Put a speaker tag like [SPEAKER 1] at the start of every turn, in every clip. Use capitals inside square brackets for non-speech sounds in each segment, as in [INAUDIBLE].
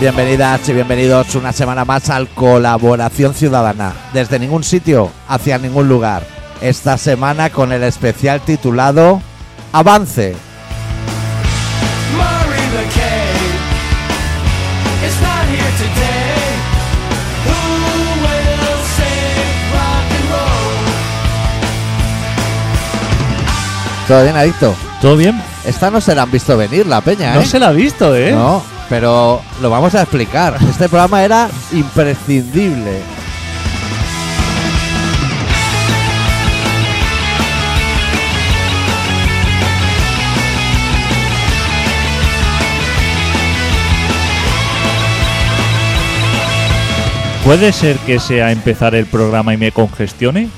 [SPEAKER 1] Bienvenidas y bienvenidos una semana más al Colaboración Ciudadana. Desde ningún sitio, hacia ningún lugar. Esta semana con el especial titulado Avance.
[SPEAKER 2] Murray McKay is not here today. Who will save rock and roll?
[SPEAKER 1] ¿Todo bien, adicto?
[SPEAKER 3] ¿Todo bien?
[SPEAKER 1] Esta no se la han visto venir, la peña, ¿eh?
[SPEAKER 3] No se la ha visto, ¿eh?
[SPEAKER 1] No, pero lo vamos a explicar. Este programa era imprescindible.
[SPEAKER 3] ¿Puede ser que sea empezar el programa y me congestione?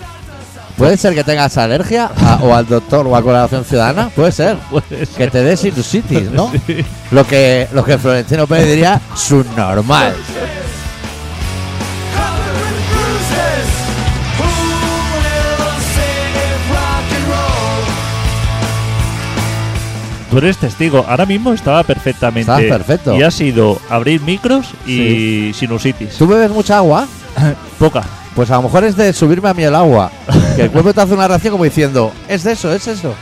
[SPEAKER 3] [LAUGHS]
[SPEAKER 1] Puede ser que tengas alergia a- o al doctor o a colaboración ciudadana, puede ser.
[SPEAKER 3] Puede ser.
[SPEAKER 1] Que te dé sinusitis, ¿no?
[SPEAKER 3] [LAUGHS] Sí.
[SPEAKER 1] Lo que, lo que Florentino Pérez diría, subnormal.
[SPEAKER 2] Covered with bruises. Who will save rock and roll?
[SPEAKER 3] Tú eres testigo. Ahora mismo estaba perfectamente.
[SPEAKER 1] Estabas perfecto.
[SPEAKER 3] Y ha sido abrir micros y sinusitis.
[SPEAKER 1] ¿Tú bebes mucha agua?
[SPEAKER 3] Poca.
[SPEAKER 1] Pues a lo mejor es de subirme a mí el [LAUGHS] agua. Que el cuerpo te hace una reacción como diciendo, es de eso, es eso.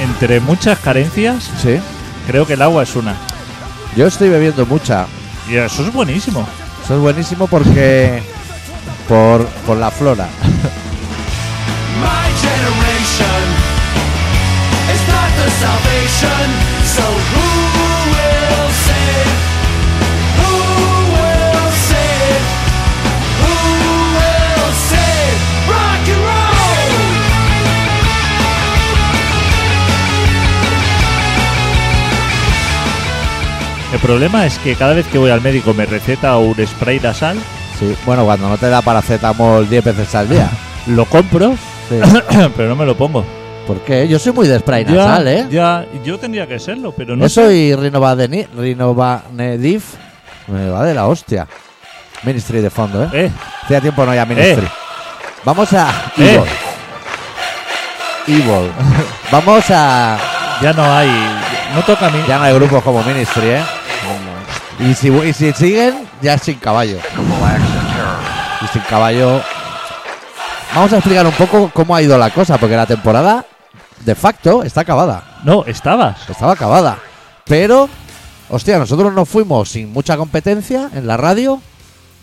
[SPEAKER 3] Entre muchas carencias,
[SPEAKER 1] Sí.
[SPEAKER 3] creo que el agua es una.
[SPEAKER 1] Yo estoy bebiendo mucha.
[SPEAKER 3] Y eso es buenísimo.
[SPEAKER 1] Eso es buenísimo porque... Por, por la flora.
[SPEAKER 2] My generation is not the salvation. So who will save? Who will save? Who will save rock and roll?
[SPEAKER 3] El problema es que cada vez que voy al médico me receta un spray de sal,
[SPEAKER 1] Sí. Bueno, cuando no te da paracetamol 10 veces al día.
[SPEAKER 3] lo compro, [COUGHS]
[SPEAKER 1] Sí.
[SPEAKER 3] pero no me lo pongo.
[SPEAKER 1] [COUGHS] ¿Por qué? Yo soy muy de spray
[SPEAKER 3] Ya,
[SPEAKER 1] nasal, ¿eh?
[SPEAKER 3] ya, yo tendría que serlo, pero no
[SPEAKER 1] Yo
[SPEAKER 3] sé.
[SPEAKER 1] soy Rinovadeni- Rinovanedif. Me va de la hostia. Ministry de fondo, ¿eh?
[SPEAKER 3] Eh,
[SPEAKER 1] Hacía tiempo no había Ministry.
[SPEAKER 3] Eh.
[SPEAKER 1] Vamos a
[SPEAKER 3] Eh.
[SPEAKER 1] Evil. [LAUGHS] Evil. Vamos a.
[SPEAKER 3] ya no hay. No toca a mí.
[SPEAKER 1] Ya no hay grupos como Ministry, ¿eh? Y si, y si siguen, ya sin caballo. Y sin caballo. Vamos a explicar un poco cómo ha ido la cosa, porque la temporada, de facto, está acabada.
[SPEAKER 3] No, estabas.
[SPEAKER 1] Estaba acabada. Pero, hostia, nosotros nos fuimos sin mucha competencia en la radio,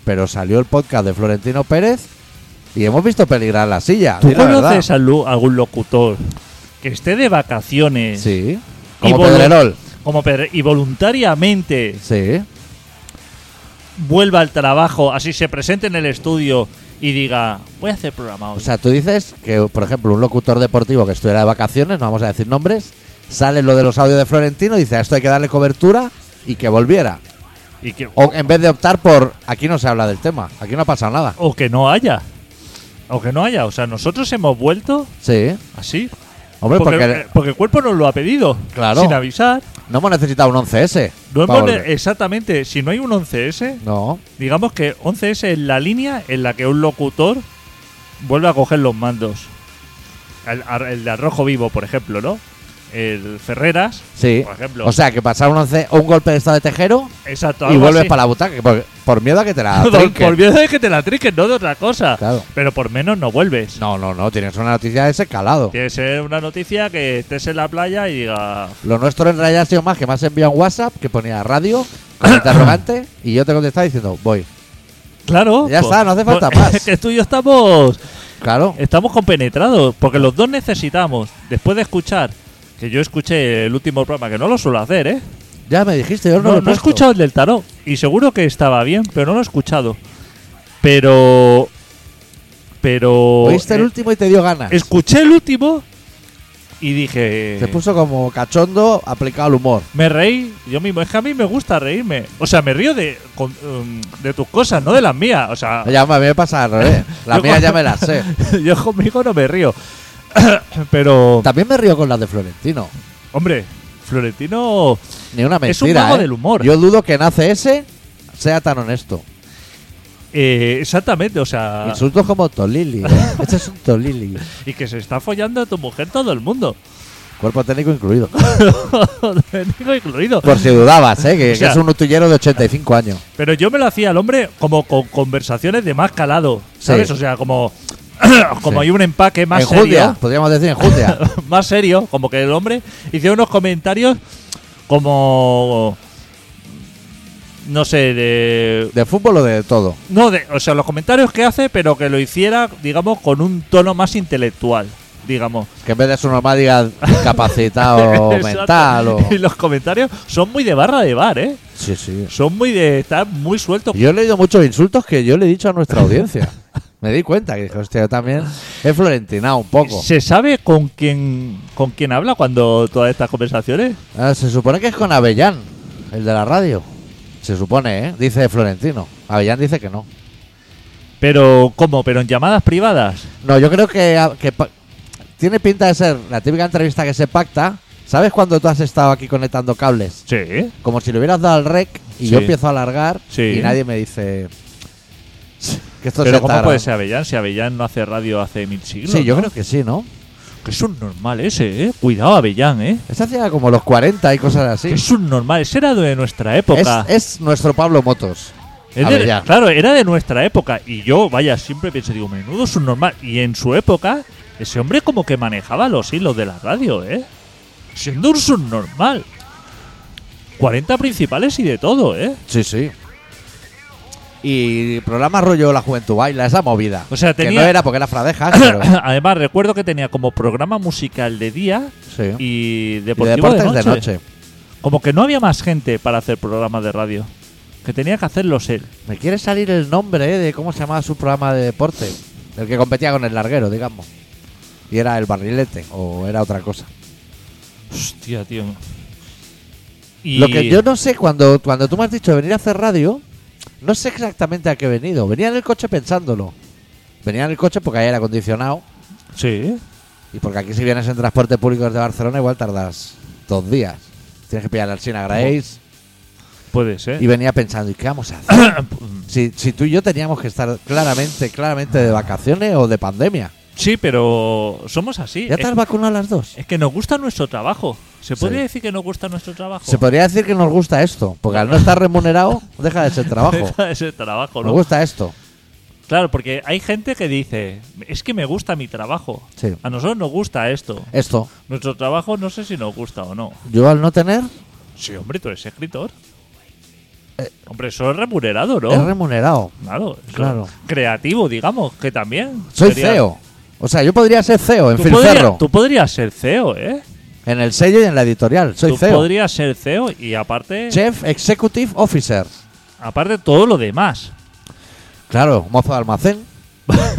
[SPEAKER 1] pero salió el podcast de Florentino Pérez y hemos visto peligrar la silla.
[SPEAKER 3] ¿Tú
[SPEAKER 1] di la verdad.
[SPEAKER 3] conoces a lu- algún locutor que esté de vacaciones
[SPEAKER 1] Sí.
[SPEAKER 3] Y
[SPEAKER 1] Como
[SPEAKER 3] volu-
[SPEAKER 1] Pedrerol.
[SPEAKER 3] como Pedre- y voluntariamente
[SPEAKER 1] Sí.
[SPEAKER 3] vuelva al trabajo, así se presente en el estudio y diga, voy a hacer programa hoy"?
[SPEAKER 1] O sea, tú dices que, por ejemplo, un locutor deportivo que estuviera de vacaciones, no vamos a decir nombres, sale lo de los audios de Florentino y dice, a esto hay que darle cobertura y que volviera.
[SPEAKER 3] y que, o,
[SPEAKER 1] O en vez de optar por, aquí no se habla del tema, aquí no ha pasado nada.
[SPEAKER 3] que no haya. O que no haya. O sea, nosotros hemos vuelto
[SPEAKER 1] Sí.
[SPEAKER 3] así.
[SPEAKER 1] Hombre,
[SPEAKER 3] porque,
[SPEAKER 1] porque,
[SPEAKER 3] eh, porque el cuerpo nos lo ha pedido.
[SPEAKER 1] Claro.
[SPEAKER 3] Sin avisar.
[SPEAKER 1] no hemos necesitado un 11S.
[SPEAKER 3] No
[SPEAKER 1] pa'
[SPEAKER 3] hemos ne- eh,
[SPEAKER 1] volver.
[SPEAKER 3] exactamente. Si no hay un 11S,
[SPEAKER 1] No,
[SPEAKER 3] digamos que 11S es la línea en la que un locutor vuelve a coger los mandos. El, ar- el de Arrojo Vivo, por ejemplo, ¿no? El Ferreras.
[SPEAKER 1] sí.
[SPEAKER 3] Por ejemplo.
[SPEAKER 1] O sea, que pasar un, once- un golpe de estado de tejero
[SPEAKER 3] Exacto.
[SPEAKER 1] y
[SPEAKER 3] algo
[SPEAKER 1] vuelves
[SPEAKER 3] así.
[SPEAKER 1] para la butaca. Por, por miedo a que te la
[SPEAKER 3] [LAUGHS] Por-
[SPEAKER 1] trinquen.
[SPEAKER 3] por miedo de que te la triquen, no de otra cosa.
[SPEAKER 1] Claro.
[SPEAKER 3] Pero por menos no vuelves.
[SPEAKER 1] No, no, no. Tienes una noticia de ese calado.
[SPEAKER 3] Tiene que ser una noticia que estés en la playa y diga.
[SPEAKER 1] Lo nuestro en realidad ha sido más que me has enviado un WhatsApp que ponía radio
[SPEAKER 3] [COUGHS]
[SPEAKER 1] con interrogante y yo te contestaba diciendo voy.
[SPEAKER 3] Claro.
[SPEAKER 1] Ya
[SPEAKER 3] pues-
[SPEAKER 1] está, no hace
[SPEAKER 3] [LAUGHS] pues-
[SPEAKER 1] falta más.
[SPEAKER 3] Es que tú y yo estamos,
[SPEAKER 1] Claro.
[SPEAKER 3] estamos compenetrados. Porque los dos necesitamos, después de escuchar, que yo escuché el último programa, que no lo suelo hacer, ¿eh?
[SPEAKER 1] Ya me dijiste, yo no,
[SPEAKER 3] No,
[SPEAKER 1] lo
[SPEAKER 3] no he
[SPEAKER 1] puesto.
[SPEAKER 3] escuchado el del tarot. Y seguro que estaba bien, pero no lo he escuchado. Pero. Pero.
[SPEAKER 1] Oíste el
[SPEAKER 3] eh,
[SPEAKER 1] último y te dio ganas.
[SPEAKER 3] Escuché el último y dije.
[SPEAKER 1] Se puso como cachondo aplicado al humor.
[SPEAKER 3] Me reí yo mismo. Es que a mí me gusta reírme. O sea, me río de, con- um, de tus cosas, no de las mías. O sea,
[SPEAKER 1] Ya, a mí me pasa al
[SPEAKER 3] [LAUGHS]
[SPEAKER 1] revés. Las
[SPEAKER 3] Ah. Yo
[SPEAKER 1] mías ya
[SPEAKER 3] cuando-
[SPEAKER 1] me las sé.
[SPEAKER 3] [LAUGHS] yo conmigo no me río. [COUGHS] Pero,
[SPEAKER 1] También me río con las de Florentino.
[SPEAKER 3] hombre, Florentino.
[SPEAKER 1] Ni una mentira.
[SPEAKER 3] Es un mago
[SPEAKER 1] ¿eh?
[SPEAKER 3] del humor.
[SPEAKER 1] Yo dudo que en ACS sea tan honesto.
[SPEAKER 3] eh, exactamente, o sea.
[SPEAKER 1] Insultos como Tolili.
[SPEAKER 3] [LAUGHS]
[SPEAKER 1] este es un Tolili.
[SPEAKER 3] Y que se está follando a tu mujer todo el mundo. [LAUGHS]
[SPEAKER 1] Cuerpo técnico incluido.
[SPEAKER 3] Digo incluido.
[SPEAKER 1] Por si dudabas, ¿eh? que, que
[SPEAKER 3] sea-
[SPEAKER 1] es un utillero de 85 años.
[SPEAKER 3] Pero yo me lo hacía al hombre como con conversaciones de más calado, ¿sabes?
[SPEAKER 1] Sí.
[SPEAKER 3] O sea, como, [CLEARS THROAT] como
[SPEAKER 1] Sí.
[SPEAKER 3] hay un empaque más
[SPEAKER 1] enjundia,
[SPEAKER 3] serio,
[SPEAKER 1] podríamos decir enjundia.
[SPEAKER 3] [LAUGHS] más serio, como que el hombre hiciera unos comentarios como, no sé, de...
[SPEAKER 1] de fútbol o de todo.
[SPEAKER 3] No, de, o sea, los comentarios que hace, pero que lo hiciera, digamos, con un tono más intelectual, digamos. [LAUGHS]
[SPEAKER 1] Que en vez de su normal diga capacitado
[SPEAKER 3] Exacto.
[SPEAKER 1] mental o...
[SPEAKER 3] Y los comentarios son muy de barra de bar, ¿eh?
[SPEAKER 1] Sí, sí.
[SPEAKER 3] Son muy de estar muy sueltos.
[SPEAKER 1] Yo he leído muchos insultos que yo le he dicho a nuestra
[SPEAKER 3] [LAUGHS]
[SPEAKER 1] audiencia. Me di cuenta que dije, hostia, yo también he florentinado un poco.
[SPEAKER 3] ¿Se sabe con quién con quién habla cuando todas estas conversaciones?
[SPEAKER 1] Ah, se supone que es con Avellán, el de la radio. Se supone, ¿eh? Dice Florentino. Avellán dice que no.
[SPEAKER 3] Pero ¿cómo? Pero en llamadas privadas.
[SPEAKER 1] No, yo creo que, ah, que pa- tiene pinta de ser la típica entrevista que se pacta. ¿Sabes cuando tú has estado aquí conectando cables?
[SPEAKER 3] Sí.
[SPEAKER 1] Como si le hubieras dado al rec y
[SPEAKER 3] Sí.
[SPEAKER 1] yo empiezo a alargar
[SPEAKER 3] Sí.
[SPEAKER 1] y nadie me dice que esto
[SPEAKER 3] Pero
[SPEAKER 1] se
[SPEAKER 3] ¿cómo
[SPEAKER 1] tarda.
[SPEAKER 3] puede ser Avellán si Avellán no hace radio hace mil siglos?
[SPEAKER 1] Sí, yo
[SPEAKER 3] ¿no?
[SPEAKER 1] creo que sí, ¿no?
[SPEAKER 3] que es un normal ese, ¿eh? Cuidado Avellán, ¿eh?
[SPEAKER 1] Esa hacía como los 40 y cosas así.
[SPEAKER 3] Que es un normal, ese era de nuestra
[SPEAKER 1] Es,
[SPEAKER 3] época.
[SPEAKER 1] es nuestro Pablo Motos.
[SPEAKER 3] Es de-
[SPEAKER 1] Avellán.
[SPEAKER 3] claro, era de nuestra época. Y yo, vaya, siempre pienso, digo, menudo es un normal. Y en su época, ese hombre como que manejaba los hilos de la radio, ¿eh? Siendo un subnormal. 40 principales y de todo, ¿eh?
[SPEAKER 1] Sí, sí. Y programa rollo La Juventud Baila, esa movida.
[SPEAKER 3] O sea,
[SPEAKER 1] Que
[SPEAKER 3] tenía-
[SPEAKER 1] no era porque era
[SPEAKER 3] [COUGHS]
[SPEAKER 1] fradejas, pero...
[SPEAKER 3] Además, recuerdo que tenía como programa musical de día
[SPEAKER 1] Sí.
[SPEAKER 3] y
[SPEAKER 1] Y
[SPEAKER 3] deportivo
[SPEAKER 1] de deportes
[SPEAKER 3] de, noche.
[SPEAKER 1] de noche.
[SPEAKER 3] Como que no había más gente para hacer programas de radio. Que tenía que hacerlos él.
[SPEAKER 1] Me quiere salir el nombre eh, de cómo se llamaba su programa de deporte. El que competía con el larguero, digamos. Y era el barrilete o era otra cosa.
[SPEAKER 3] Hostia, tío. Y
[SPEAKER 1] Lo que yo no sé, cuando, cuando tú me has dicho de venir a hacer radio, no sé exactamente a qué he venido. Venía en el coche pensándolo. Venía en el coche porque hay aire acondicionado
[SPEAKER 3] Sí.
[SPEAKER 1] y porque aquí si vienes en transporte público desde Barcelona igual tardas dos días. Tienes que pillar al Sina Grace
[SPEAKER 3] Puede ser.
[SPEAKER 1] y venía pensando, ¿y qué vamos a hacer? Si, si tú y yo teníamos que estar claramente, claramente de vacaciones o de pandemia.
[SPEAKER 3] [COUGHS] Sí, pero somos así.
[SPEAKER 1] ¿Ya te
[SPEAKER 3] Es,
[SPEAKER 1] has vacunado a las dos?
[SPEAKER 3] es que nos gusta nuestro trabajo. ¿Se
[SPEAKER 1] Sí.
[SPEAKER 3] podría decir que nos gusta nuestro trabajo? [LAUGHS]
[SPEAKER 1] Se podría decir que nos gusta esto, porque al no estar remunerado deja de ser
[SPEAKER 3] [LAUGHS]
[SPEAKER 1] trabajo.
[SPEAKER 3] Deja de ser trabajo,
[SPEAKER 1] Nos
[SPEAKER 3] ¿no?
[SPEAKER 1] gusta esto.
[SPEAKER 3] Claro, porque hay gente que dice, es que me gusta mi trabajo.
[SPEAKER 1] Sí.
[SPEAKER 3] A nosotros nos gusta esto.
[SPEAKER 1] Esto.
[SPEAKER 3] Nuestro trabajo no sé si nos gusta o no.
[SPEAKER 1] Yo al no tener
[SPEAKER 3] Sí, hombre, tú eres escritor. hombre, eso es remunerado, ¿no?
[SPEAKER 1] Eh. es remunerado.
[SPEAKER 3] claro, eso
[SPEAKER 1] Claro.
[SPEAKER 3] es Creativo, digamos, que también.
[SPEAKER 1] Soy
[SPEAKER 3] sería-
[SPEAKER 1] CEO. O sea, yo podría ser CEO en
[SPEAKER 3] Tú podrías,
[SPEAKER 1] Filferro,
[SPEAKER 3] tú podrías ser CEO, ¿eh?
[SPEAKER 1] en el sello y en la editorial. Soy
[SPEAKER 3] tú
[SPEAKER 1] CEO.
[SPEAKER 3] podrías ser CEO y aparte,
[SPEAKER 1] Chef Executive Officer.
[SPEAKER 3] aparte todo lo demás. [LAUGHS]
[SPEAKER 1] Claro, mozo de almacén.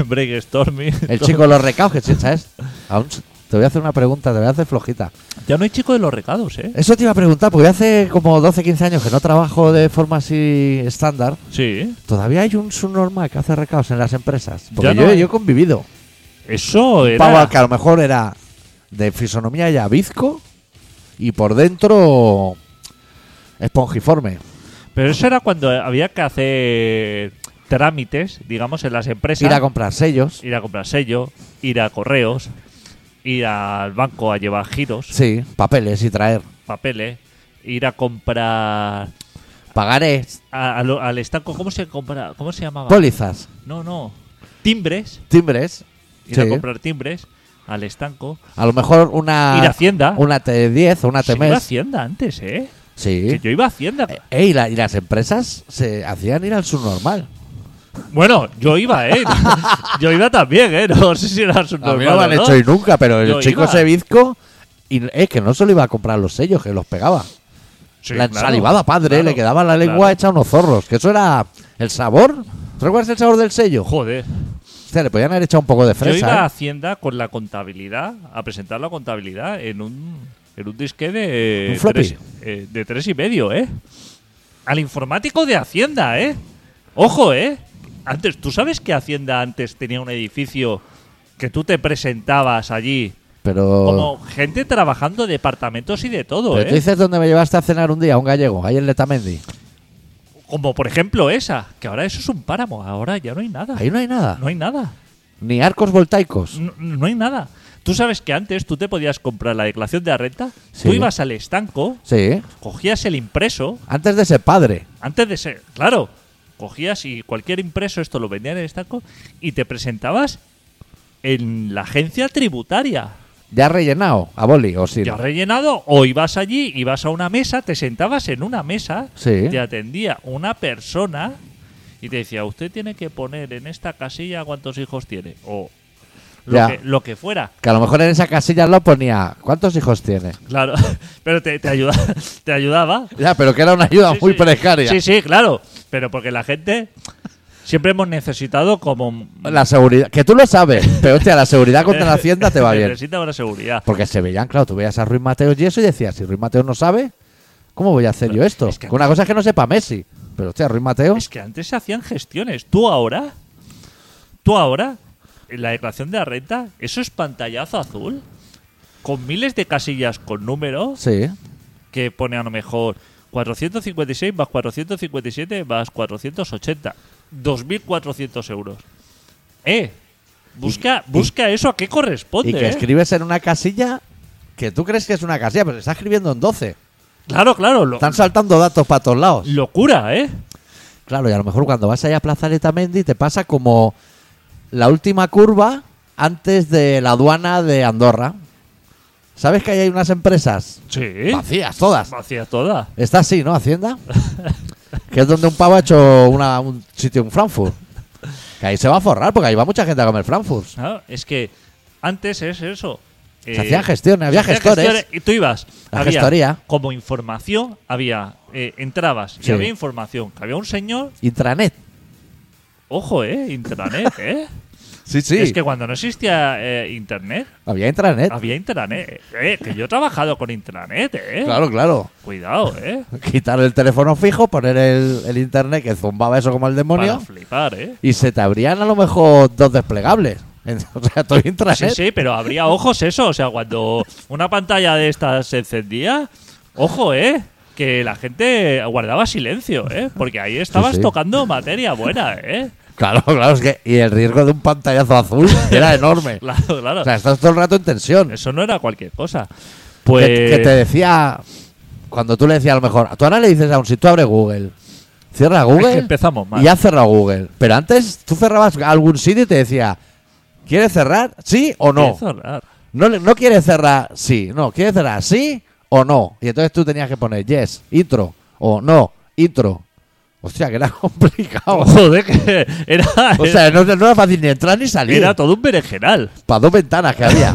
[SPEAKER 3] Breakstorming.
[SPEAKER 1] El
[SPEAKER 3] todo.
[SPEAKER 1] chico de los recaos que chicha es. Aún s- te voy a hacer una pregunta, te voy a hacer flojita.
[SPEAKER 3] Ya no hay chico de los recados, ¿eh?
[SPEAKER 1] Eso te iba a preguntar, porque hace como 12, 15 años que no trabajo de forma así estándar.
[SPEAKER 3] Sí.
[SPEAKER 1] Todavía hay un subnormal que hace recaos en las empresas.
[SPEAKER 3] Ya
[SPEAKER 1] Porque
[SPEAKER 3] no
[SPEAKER 1] yo,
[SPEAKER 3] hay.
[SPEAKER 1] yo he convivido.
[SPEAKER 3] Eso era.
[SPEAKER 1] Pavo que a lo mejor era de fisonomía ya bizco y por dentro espongiforme.
[SPEAKER 3] Pero eso era cuando había que hacer trámites, digamos, en las empresas.
[SPEAKER 1] Ir a comprar sellos.
[SPEAKER 3] ir a comprar sello, ir a correos, ir al banco a llevar giros,
[SPEAKER 1] Sí, papeles y traer.
[SPEAKER 3] papeles, ir a comprar
[SPEAKER 1] Pagaré
[SPEAKER 3] a- a lo- al estanco, ¿cómo se compra? ¿Cómo se llamaba?
[SPEAKER 1] pólizas,
[SPEAKER 3] no, no, timbres,
[SPEAKER 1] timbres.
[SPEAKER 3] ir
[SPEAKER 1] Sí.
[SPEAKER 3] a comprar timbres al estanco,
[SPEAKER 1] A lo mejor una.
[SPEAKER 3] ir a Hacienda.
[SPEAKER 1] Una T10 o una
[SPEAKER 3] Sí, iba a
[SPEAKER 1] TMS.
[SPEAKER 3] Hacienda antes, ¿eh? Que
[SPEAKER 1] Sí.
[SPEAKER 3] yo iba a Hacienda.
[SPEAKER 1] Eh, y, la- y las empresas se hacían ir al subnormal.
[SPEAKER 3] Bueno, yo iba, ¿eh? [LAUGHS] yo iba también, ¿eh? No sé si era
[SPEAKER 1] A
[SPEAKER 3] subnormal
[SPEAKER 1] mí no me han
[SPEAKER 3] o no.
[SPEAKER 1] hecho ir nunca, pero el
[SPEAKER 3] Yo
[SPEAKER 1] chico
[SPEAKER 3] iba.
[SPEAKER 1] se bizco. Y es que no solo iba a comprar los sellos, que los pegaba.
[SPEAKER 3] Sí,
[SPEAKER 1] la
[SPEAKER 3] claro,
[SPEAKER 1] ensalivada padre,
[SPEAKER 3] claro,
[SPEAKER 1] le quedaba la lengua
[SPEAKER 3] claro.
[SPEAKER 1] hecha unos zorros. Que eso era el sabor. ¿Te recuerdas el sabor del sello?
[SPEAKER 3] Joder.
[SPEAKER 1] Hostia, le podían haber echado un poco de fresa.
[SPEAKER 3] Yo iba a
[SPEAKER 1] ¿eh?
[SPEAKER 3] Hacienda con la contabilidad, a presentar la contabilidad en un, en un disque de.
[SPEAKER 1] ¿Un floppy?
[SPEAKER 3] Tres, eh, de tres y medio, ¿eh? Al informático de Hacienda, ¿eh? Ojo, ¿eh? Antes, ¿tú sabes que Hacienda antes tenía un edificio que tú te presentabas allí
[SPEAKER 1] Pero,
[SPEAKER 3] como gente trabajando departamentos y de todo,
[SPEAKER 1] Oh. pero tú
[SPEAKER 3] ¿eh?
[SPEAKER 1] dices dónde me llevaste a cenar un día, un gallego, ahí en Letamendi.
[SPEAKER 3] Como por ejemplo esa, que ahora eso es un páramo, ahora ya no hay nada.
[SPEAKER 1] Ahí no hay nada.
[SPEAKER 3] No hay nada.
[SPEAKER 1] Ni arcos voltaicos.
[SPEAKER 3] No, no hay nada. Tú sabes que antes tú te podías comprar la declaración de la renta,
[SPEAKER 1] Sí.
[SPEAKER 3] tú ibas al estanco,
[SPEAKER 1] Sí.
[SPEAKER 3] cogías el impreso,
[SPEAKER 1] Antes de ser padre.
[SPEAKER 3] antes de ser, claro, cogías y cualquier impreso, esto lo vendían en el estanco, y te presentabas en la agencia tributaria.
[SPEAKER 1] Ya rellenado, a boli o sí.
[SPEAKER 3] Ya rellenado, o ibas allí, ibas a una mesa, te sentabas en una mesa,
[SPEAKER 1] Sí.
[SPEAKER 3] te atendía una persona y te decía, usted tiene que poner en esta casilla cuántos hijos tiene, o lo,
[SPEAKER 1] Ya.
[SPEAKER 3] que, lo que fuera.
[SPEAKER 1] Que a lo mejor en esa casilla lo ponía. ¿Cuántos hijos tiene?
[SPEAKER 3] Claro, [LAUGHS] pero te, te, ayuda, te ayudaba.
[SPEAKER 1] Ya, pero que era una ayuda
[SPEAKER 3] Sí,
[SPEAKER 1] Ah, muy
[SPEAKER 3] sí.
[SPEAKER 1] precaria.
[SPEAKER 3] Sí, sí, claro. Pero porque la gente siempre hemos necesitado como...
[SPEAKER 1] La seguridad, que tú lo sabes, pero hostia, la seguridad contra
[SPEAKER 3] [LAUGHS]
[SPEAKER 1] la hacienda te va bien.
[SPEAKER 3] Necesita una seguridad.
[SPEAKER 1] Porque se veían, claro, tú veías a Ruiz Mateos y eso y decías, si Ruiz Mateos no sabe, ¿cómo voy a hacer yo esto?
[SPEAKER 3] es que-
[SPEAKER 1] una cosa es que no sepa Messi, pero hostia, Ruiz Mateos,
[SPEAKER 3] Es que antes se hacían gestiones. Tú ahora, tú ahora, en la declaración de la renta, eso es pantallazo azul. Con miles de casillas con números
[SPEAKER 1] sí,
[SPEAKER 3] que pone a lo mejor 456 más 457 más 480. 2.400 euros. Eh, busca, busca eso a qué corresponde.
[SPEAKER 1] y que
[SPEAKER 3] eh.
[SPEAKER 1] escribes en una casilla que tú crees que es una casilla, pero está escribiendo en 12.
[SPEAKER 3] Claro, claro. lo-
[SPEAKER 1] Están saltando datos para todos lados.
[SPEAKER 3] locura, ¿eh?
[SPEAKER 1] Claro, y a lo mejor cuando vas allá a Plaza Letamendi te pasa como la última curva antes de la aduana de Andorra. ¿Sabes que ahí hay unas empresas
[SPEAKER 3] Sí.
[SPEAKER 1] vacías todas?
[SPEAKER 3] Vacía toda.
[SPEAKER 1] Está así, ¿no? Hacienda. [LAUGHS] que es donde un pavo ha hecho una- un sitio en Frankfurt. Que ahí se va a forrar, porque ahí va mucha gente a comer Frankfurt.
[SPEAKER 3] Claro, Es que antes es eso. eh,
[SPEAKER 1] se hacían gestiones, había
[SPEAKER 3] hacían
[SPEAKER 1] gestores.
[SPEAKER 3] Y tú ibas.
[SPEAKER 1] La
[SPEAKER 3] había
[SPEAKER 1] gestoría.
[SPEAKER 3] Como información, había. eh, entrabas y
[SPEAKER 1] Sí.
[SPEAKER 3] había información. Que había un señor.
[SPEAKER 1] Intranet.
[SPEAKER 3] Ojo, ¿eh?
[SPEAKER 1] [LAUGHS]
[SPEAKER 3] Intranet, ¿eh?
[SPEAKER 1] Sí, Eh. sí.
[SPEAKER 3] Es que cuando no existía eh, internet,
[SPEAKER 1] Había intranet.
[SPEAKER 3] había intranet. Eh, que yo he trabajado con intranet, ¿eh?
[SPEAKER 1] Claro, claro.
[SPEAKER 3] Cuidado, ¿eh?
[SPEAKER 1] [LAUGHS] Quitar el teléfono fijo, poner el, el internet que zumbaba eso como el
[SPEAKER 3] Para
[SPEAKER 1] demonio.
[SPEAKER 3] flipar, ¿eh?
[SPEAKER 1] Y se te abrían a lo mejor dos desplegables. [LAUGHS] o sea, todo intranet.
[SPEAKER 3] Sí, sí, pero habría ojos eso. O sea, cuando una pantalla de estas se encendía, ojo, ¿eh? Que la gente guardaba silencio, ¿eh? Porque ahí estabas
[SPEAKER 1] sí.
[SPEAKER 3] tocando materia buena, ¿eh?
[SPEAKER 1] Claro, claro. Es que, y el riesgo de un pantallazo azul
[SPEAKER 3] [LAUGHS]
[SPEAKER 1] era enorme.
[SPEAKER 3] Claro, claro.
[SPEAKER 1] O sea, estás todo el rato en tensión.
[SPEAKER 3] Eso no era cualquier cosa.
[SPEAKER 1] que-
[SPEAKER 3] Pues.
[SPEAKER 1] que, te decía cuando tú le decías a lo mejor tú ahora le dices aún si tú abres Google cierra Google
[SPEAKER 3] Es que empezamos mal.
[SPEAKER 1] y ha cerrado Google pero antes tú cerrabas algún sitio y te decía ¿quieres cerrar? ¿sí o no?
[SPEAKER 3] Qué zorrar.
[SPEAKER 1] no le- no quieres cerrar sí no ¿quieres cerrar sí o no? y entonces tú tenías que poner yes intro o no intro hostia que era [LAUGHS] complicado
[SPEAKER 3] Joder, que era.
[SPEAKER 1] o sea no, no era fácil ni entrar ni salir
[SPEAKER 3] era todo un berenjenal.
[SPEAKER 1] para dos ventanas que había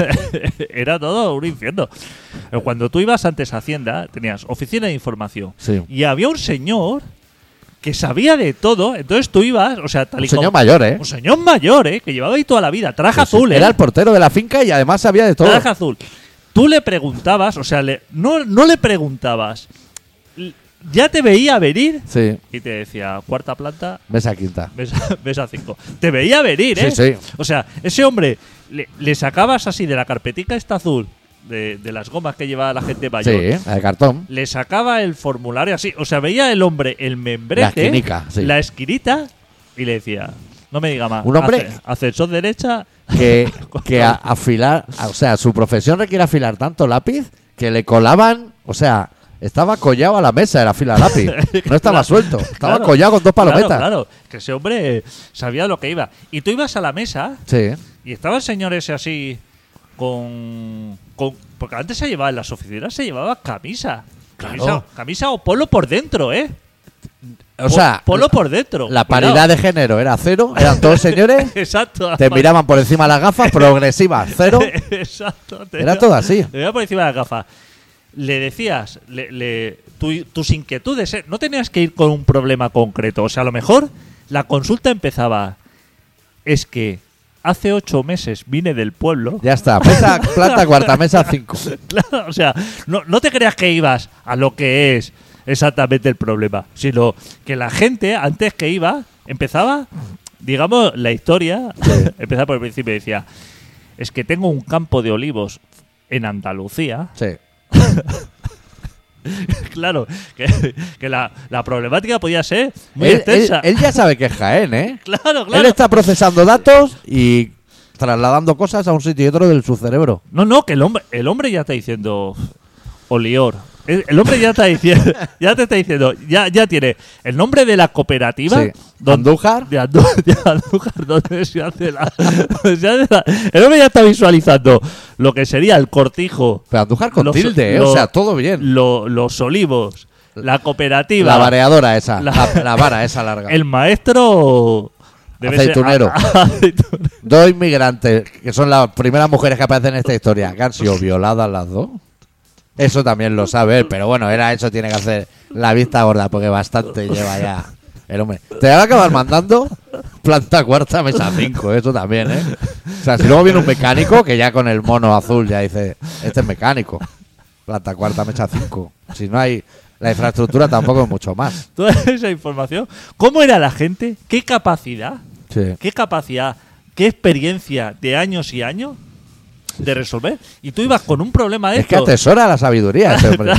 [SPEAKER 3] era todo un infierno. Pero Cuando tú ibas antes a Hacienda, tenías oficina de información.
[SPEAKER 1] Sí.
[SPEAKER 3] Y había un señor que sabía de todo. Entonces tú ibas, o sea, [LAUGHS] tal y
[SPEAKER 1] un señor
[SPEAKER 3] como-
[SPEAKER 1] mayor ¿eh?
[SPEAKER 3] Un señor mayor, ¿eh? Que llevaba ahí toda la vida. Traje azul, ¿eh?
[SPEAKER 1] era el portero de la finca y además sabía de todo
[SPEAKER 3] Traje azul. Tú le preguntabas, o sea, le- no, no le preguntabas. L- Ya te veía venir
[SPEAKER 1] sí
[SPEAKER 3] y te decía, cuarta planta,
[SPEAKER 1] mesa quinta
[SPEAKER 3] ves, ves a [LAUGHS] cinco. Te veía venir, ¿eh?
[SPEAKER 1] Sí, sí.
[SPEAKER 3] O sea, ese hombre le, le sacabas así de la carpetica esta azul, de, de las gomas que llevaba la gente mayor.
[SPEAKER 1] Sí, la de cartón.
[SPEAKER 3] Le sacaba el formulario así. O sea, veía el hombre el membrete.
[SPEAKER 1] La esquinica, sí.
[SPEAKER 3] la esquinita, y le decía, no me diga más.
[SPEAKER 1] Un hombre-
[SPEAKER 3] ace- Ascensor derecha. [LAUGHS]
[SPEAKER 1] Que, que a- afilar, o sea, su profesión requiere afilar tanto lápiz que le colaban, o sea, estaba collado a la mesa de la fila
[SPEAKER 3] [LAUGHS]
[SPEAKER 1] lápiz. No estaba suelto, estaba
[SPEAKER 3] Claro,
[SPEAKER 1] collado con dos palometas.
[SPEAKER 3] Claro, claro, que ese hombre eh, sabía lo que iba. Y tú ibas a la mesa
[SPEAKER 1] Sí,
[SPEAKER 3] y estaba el señor ese así con... con- porque antes se llevaba en las oficinas, se llevaba camisa.
[SPEAKER 1] Claro.
[SPEAKER 3] Camisa, camisa o polo por dentro, ¿eh?
[SPEAKER 1] o sea,
[SPEAKER 3] polo por dentro.
[SPEAKER 1] la
[SPEAKER 3] Cuidado.
[SPEAKER 1] paridad de género era cero, eran
[SPEAKER 3] [LAUGHS]
[SPEAKER 1] todos señores,
[SPEAKER 3] Exacto. la
[SPEAKER 1] te
[SPEAKER 3] par-
[SPEAKER 1] miraban por encima de las gafas, progresivas,
[SPEAKER 3] [LAUGHS]
[SPEAKER 1] cero.
[SPEAKER 3] Exacto. te
[SPEAKER 1] Era
[SPEAKER 3] iba-
[SPEAKER 1] todo así.
[SPEAKER 3] Te iba por encima de la gafa. Le decías le- le- tu- tus inquietudes. ¿eh? No tenías que ir con un problema concreto. O sea, a lo mejor la consulta empezaba. Es que hace ocho meses vine del pueblo.
[SPEAKER 1] Ya está. Mesa, planta cuarta, mesa 5.
[SPEAKER 3] Claro, [LAUGHS] o sea, no, no te creas que ibas a lo que es exactamente el problema, sino que la gente, antes que iba, empezaba, digamos, la historia, [LAUGHS] empezaba por el principio y decía, es que tengo un campo de olivos en Andalucía. [LAUGHS]
[SPEAKER 1] Sí.
[SPEAKER 3] claro, que, que la, la problemática podía ser muy
[SPEAKER 1] Él, él-
[SPEAKER 3] extensa.
[SPEAKER 1] él ya sabe que es Jaén, ¿eh?
[SPEAKER 3] [LAUGHS] claro,
[SPEAKER 1] Él
[SPEAKER 3] claro.
[SPEAKER 1] está procesando datos y trasladando cosas a un sitio y otro de su cerebro.
[SPEAKER 3] No, no, que el hombre, el hombre ya está diciendo Olior. El el hombre ya está
[SPEAKER 1] [LAUGHS]
[SPEAKER 3] diciendo, ya te está diciendo, ya, ya tiene el nombre de la cooperativa
[SPEAKER 1] Sí.
[SPEAKER 3] donde,
[SPEAKER 1] Andújar.
[SPEAKER 3] de Andú- [LAUGHS] de Andújar, donde se hace la, donde se hace la- El hombre ya está visualizando lo que sería el cortijo,
[SPEAKER 1] Pero Andújar con
[SPEAKER 3] Los-
[SPEAKER 1] tilde, ¿eh?
[SPEAKER 3] los-
[SPEAKER 1] o sea, todo bien.
[SPEAKER 3] lo- los olivos, la cooperativa,
[SPEAKER 1] La vareadora esa,
[SPEAKER 3] La-
[SPEAKER 1] la, la vara esa larga.
[SPEAKER 3] [LAUGHS] el maestro debe ser- [LAUGHS]
[SPEAKER 1] Aceitunero.
[SPEAKER 3] Aceitun-
[SPEAKER 1] Dos inmigrantes, que son las primeras mujeres que aparecen en esta historia, que han sido violadas las dos. Eso también lo sabe él, pero bueno, era eso tiene que hacer la vista gorda, porque bastante lleva ya el hombre. Te van a acabar mandando planta cuarta, mesa cinco, eso también, ¿eh? O sea, si luego viene un mecánico, que ya con el mono azul ya dice, este es mecánico, planta cuarta, mesa cinco. Si no hay, la infraestructura tampoco es mucho más.
[SPEAKER 3] toda esa información. ¿Cómo era la gente? ¿Qué capacidad?
[SPEAKER 1] Sí.
[SPEAKER 3] qué capacidad, qué experiencia de años y años de resolver. Y tú ibas con un problema de
[SPEAKER 1] Es que
[SPEAKER 3] estos,
[SPEAKER 1] atesora la sabiduría ese hombre.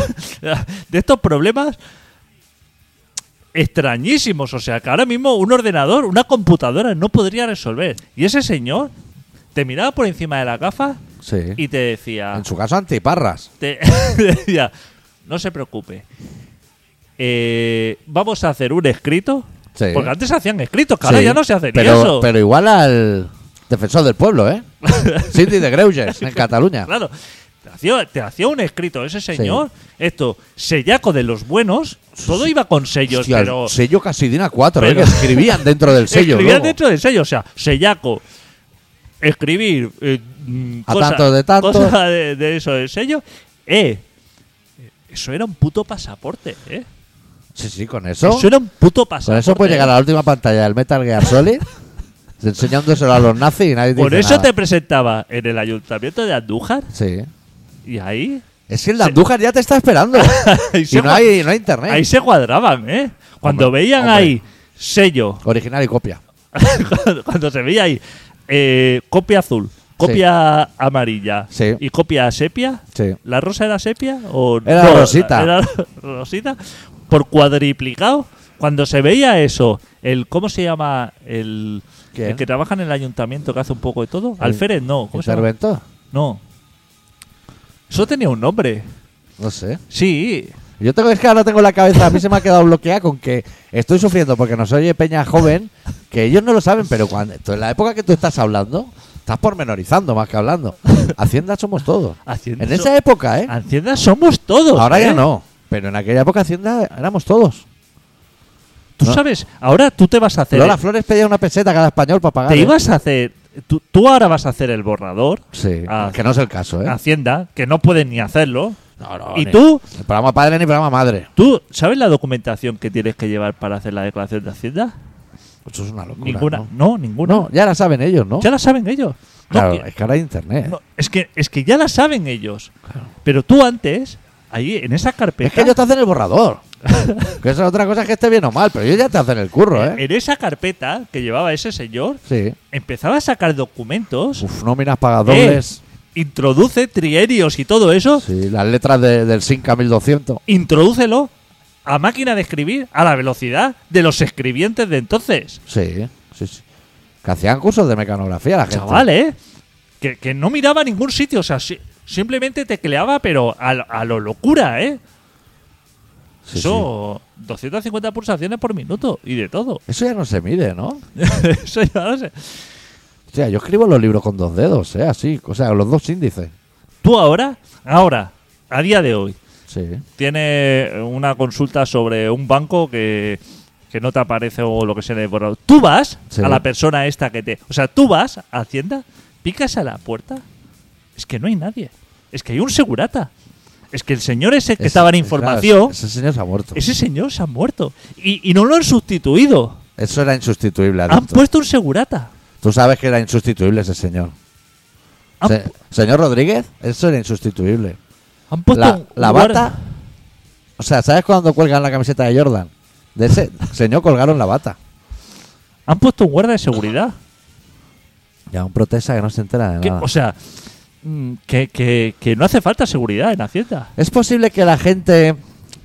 [SPEAKER 3] [LAUGHS] de estos problemas extrañísimos. O sea, que ahora mismo un ordenador, una computadora no podría resolver. Y ese señor te miraba por encima de la gafa
[SPEAKER 1] Sí.
[SPEAKER 3] y te decía,
[SPEAKER 1] En su caso, antiparras.
[SPEAKER 3] te, [LAUGHS] te decía, no se preocupe. Eh, vamos a hacer un escrito.
[SPEAKER 1] Sí.
[SPEAKER 3] Porque antes se hacían escritos, que ahora
[SPEAKER 1] Sí,
[SPEAKER 3] ya no se hace ni
[SPEAKER 1] pero,
[SPEAKER 3] eso.
[SPEAKER 1] Pero igual al defensor del pueblo,
[SPEAKER 3] [LAUGHS]
[SPEAKER 1] ¿eh? Cindy de Greuges, en Cataluña.
[SPEAKER 3] Claro. Te hacía, te hacía un escrito ese señor. Esto, sellaco de los buenos. Todo iba con sellos,
[SPEAKER 1] Hostia, el
[SPEAKER 3] pero.
[SPEAKER 1] sello Casidina 4, ¿eh?
[SPEAKER 3] pero-
[SPEAKER 1] Que escribían dentro
[SPEAKER 3] [LAUGHS]
[SPEAKER 1] del sello.
[SPEAKER 3] Escribían
[SPEAKER 1] luego.
[SPEAKER 3] dentro del sello, o sea, sellaco. Escribir. eh, mm,
[SPEAKER 1] A tanto de tanto.
[SPEAKER 3] cosa de, de eso del sello. Eh. Eso era un puto pasaporte, ¿eh?
[SPEAKER 1] Sí, sí, con eso.
[SPEAKER 3] Eso era un puto
[SPEAKER 1] Con
[SPEAKER 3] pasaporte. eh.
[SPEAKER 1] eso puedes llegar a la última pantalla del Metal Gear Solid. [LAUGHS] enseñándoselo a los nazis y nadie
[SPEAKER 3] Por
[SPEAKER 1] dice
[SPEAKER 3] eso
[SPEAKER 1] nada.
[SPEAKER 3] te presentaba en el ayuntamiento de Andújar.
[SPEAKER 1] Sí.
[SPEAKER 3] Y ahí.
[SPEAKER 1] Es que el de Andújar ya te está esperando.
[SPEAKER 3] [LAUGHS]
[SPEAKER 1] [LAUGHS]
[SPEAKER 3] ahí
[SPEAKER 1] y
[SPEAKER 3] se
[SPEAKER 1] no
[SPEAKER 3] cua-
[SPEAKER 1] hay, no hay internet.
[SPEAKER 3] ahí se cuadraban, ¿eh? Cuando
[SPEAKER 1] Hombre,
[SPEAKER 3] veían
[SPEAKER 1] hombre.
[SPEAKER 3] ahí sello,
[SPEAKER 1] Original y copia.
[SPEAKER 3] cuando, [LAUGHS] cuando se veía ahí eh, copia azul, copia amarilla
[SPEAKER 1] Sí.
[SPEAKER 3] y copia sepia,
[SPEAKER 1] Sí.
[SPEAKER 3] ¿la rosa era sepia o
[SPEAKER 1] Era
[SPEAKER 3] no?
[SPEAKER 1] rosita.
[SPEAKER 3] Era [LAUGHS] rosita. Por cuadriplicado, cuando se veía eso, el ¿cómo se llama el,
[SPEAKER 1] ¿Quién?
[SPEAKER 3] el que trabaja en el ayuntamiento que hace un poco de todo? Alférez, no, ¿cómo se llama?
[SPEAKER 1] ¿Interventor?
[SPEAKER 3] No. Eso tenía un nombre.
[SPEAKER 1] No sé.
[SPEAKER 3] Sí.
[SPEAKER 1] Yo tengo, es que ahora tengo la cabeza, a mí se me ha quedado bloqueada con que estoy sufriendo porque nos oye Peña joven, que ellos no lo saben, pero cuando tú- en la época que tú estás hablando, estás pormenorizando más que hablando. Hacienda somos todos.
[SPEAKER 3] Hacienda
[SPEAKER 1] En
[SPEAKER 3] so-
[SPEAKER 1] esa época, ¿eh?
[SPEAKER 3] Hacienda somos todos.
[SPEAKER 1] Ahora ya
[SPEAKER 3] ¿eh?
[SPEAKER 1] no, pero en aquella época Hacienda éramos todos.
[SPEAKER 3] Tú
[SPEAKER 1] No.
[SPEAKER 3] sabes, ahora tú te vas a hacer.
[SPEAKER 1] Lola Flores pedía una peseta cada español para pagar.
[SPEAKER 3] te
[SPEAKER 1] ¿eh?
[SPEAKER 3] ibas a hacer. Tú, tú ahora vas a hacer el borrador.
[SPEAKER 1] Sí,
[SPEAKER 3] Ah.
[SPEAKER 1] que no es el caso, ¿eh?
[SPEAKER 3] Hacienda, que no pueden ni hacerlo.
[SPEAKER 1] No, no,
[SPEAKER 3] y
[SPEAKER 1] ni-
[SPEAKER 3] tú,
[SPEAKER 1] Ni programa padre ni programa madre.
[SPEAKER 3] tú, ¿sabes la documentación que tienes que llevar para hacer la declaración de Hacienda?
[SPEAKER 1] Eso es una locura.
[SPEAKER 3] ninguna.
[SPEAKER 1] ¿no?
[SPEAKER 3] No, ninguna.
[SPEAKER 1] No, ya la saben ellos, ¿no?
[SPEAKER 3] Ya la saben ellos. No,
[SPEAKER 1] Claro,
[SPEAKER 3] que-
[SPEAKER 1] es que ahora hay internet.
[SPEAKER 3] no, es, que, es que ya la saben ellos. Pero tú antes, ahí en esa carpeta.
[SPEAKER 1] Es que ellos te hacen el
[SPEAKER 3] [LAUGHS]
[SPEAKER 1] borrador. que esa es otra cosa que esté bien o mal, pero ellos ya te hacen el curro, ¿eh?
[SPEAKER 3] En esa carpeta que llevaba ese señor,
[SPEAKER 1] Sí.
[SPEAKER 3] empezaba a sacar documentos.
[SPEAKER 1] Uf, nóminas pagadobles.
[SPEAKER 3] eh. eh, introduce trienios y todo eso.
[SPEAKER 1] Sí, las letras de- del Sinca 1200.
[SPEAKER 3] introdúcelo a máquina de escribir a la velocidad de los escribientes de entonces.
[SPEAKER 1] Sí, sí, sí. Que hacían cursos de mecanografía la gente.
[SPEAKER 3] Chaval, ¿eh? Que, que no miraba a ningún sitio, o sea, si- simplemente tecleaba, pero a, lo- a lo locura, ¿eh?
[SPEAKER 1] Sí,
[SPEAKER 3] Eso, 250 pulsaciones por minuto y de todo. [LAUGHS]
[SPEAKER 1] Eso ya no se mide, ¿no?
[SPEAKER 3] Eso ya no sé.
[SPEAKER 1] O sea, yo escribo los libros con dos dedos, ¿eh? Así, o sea, los dos índices.
[SPEAKER 3] Tú ahora, ahora, a día de hoy,
[SPEAKER 1] Sí.
[SPEAKER 3] tiene una consulta sobre un banco que, que no te aparece o lo que sea de borrado. Tú vas
[SPEAKER 1] Sí.
[SPEAKER 3] a la persona esta que te. O sea, tú vas a Hacienda, picas a la puerta. Es que no hay nadie. Es que hay un segurata. Es que el señor ese que
[SPEAKER 1] Ese-
[SPEAKER 3] estaba en
[SPEAKER 1] claro,
[SPEAKER 3] información,
[SPEAKER 1] ese señor se ha muerto.
[SPEAKER 3] ese señor se ha muerto. Y, y no lo han sustituido.
[SPEAKER 1] Eso era insustituible.
[SPEAKER 3] Han
[SPEAKER 1] adicto.
[SPEAKER 3] puesto un segurata.
[SPEAKER 1] Tú sabes que era insustituible ese señor.
[SPEAKER 3] Han,
[SPEAKER 1] Se- señor Rodríguez, eso era insustituible.
[SPEAKER 3] han puesto
[SPEAKER 1] La,
[SPEAKER 3] un
[SPEAKER 1] la
[SPEAKER 3] guar-
[SPEAKER 1] bata. O sea, ¿sabes cuando cuelgan la camiseta de Jordan? De ese señor colgaron la bata.
[SPEAKER 3] Han puesto un guarda de seguridad.
[SPEAKER 1] Y aún protesta que no se entera de
[SPEAKER 3] Que-
[SPEAKER 1] nada.
[SPEAKER 3] o sea, mm, que, que- que no hace falta seguridad en Hacienda.
[SPEAKER 1] Es posible que la gente,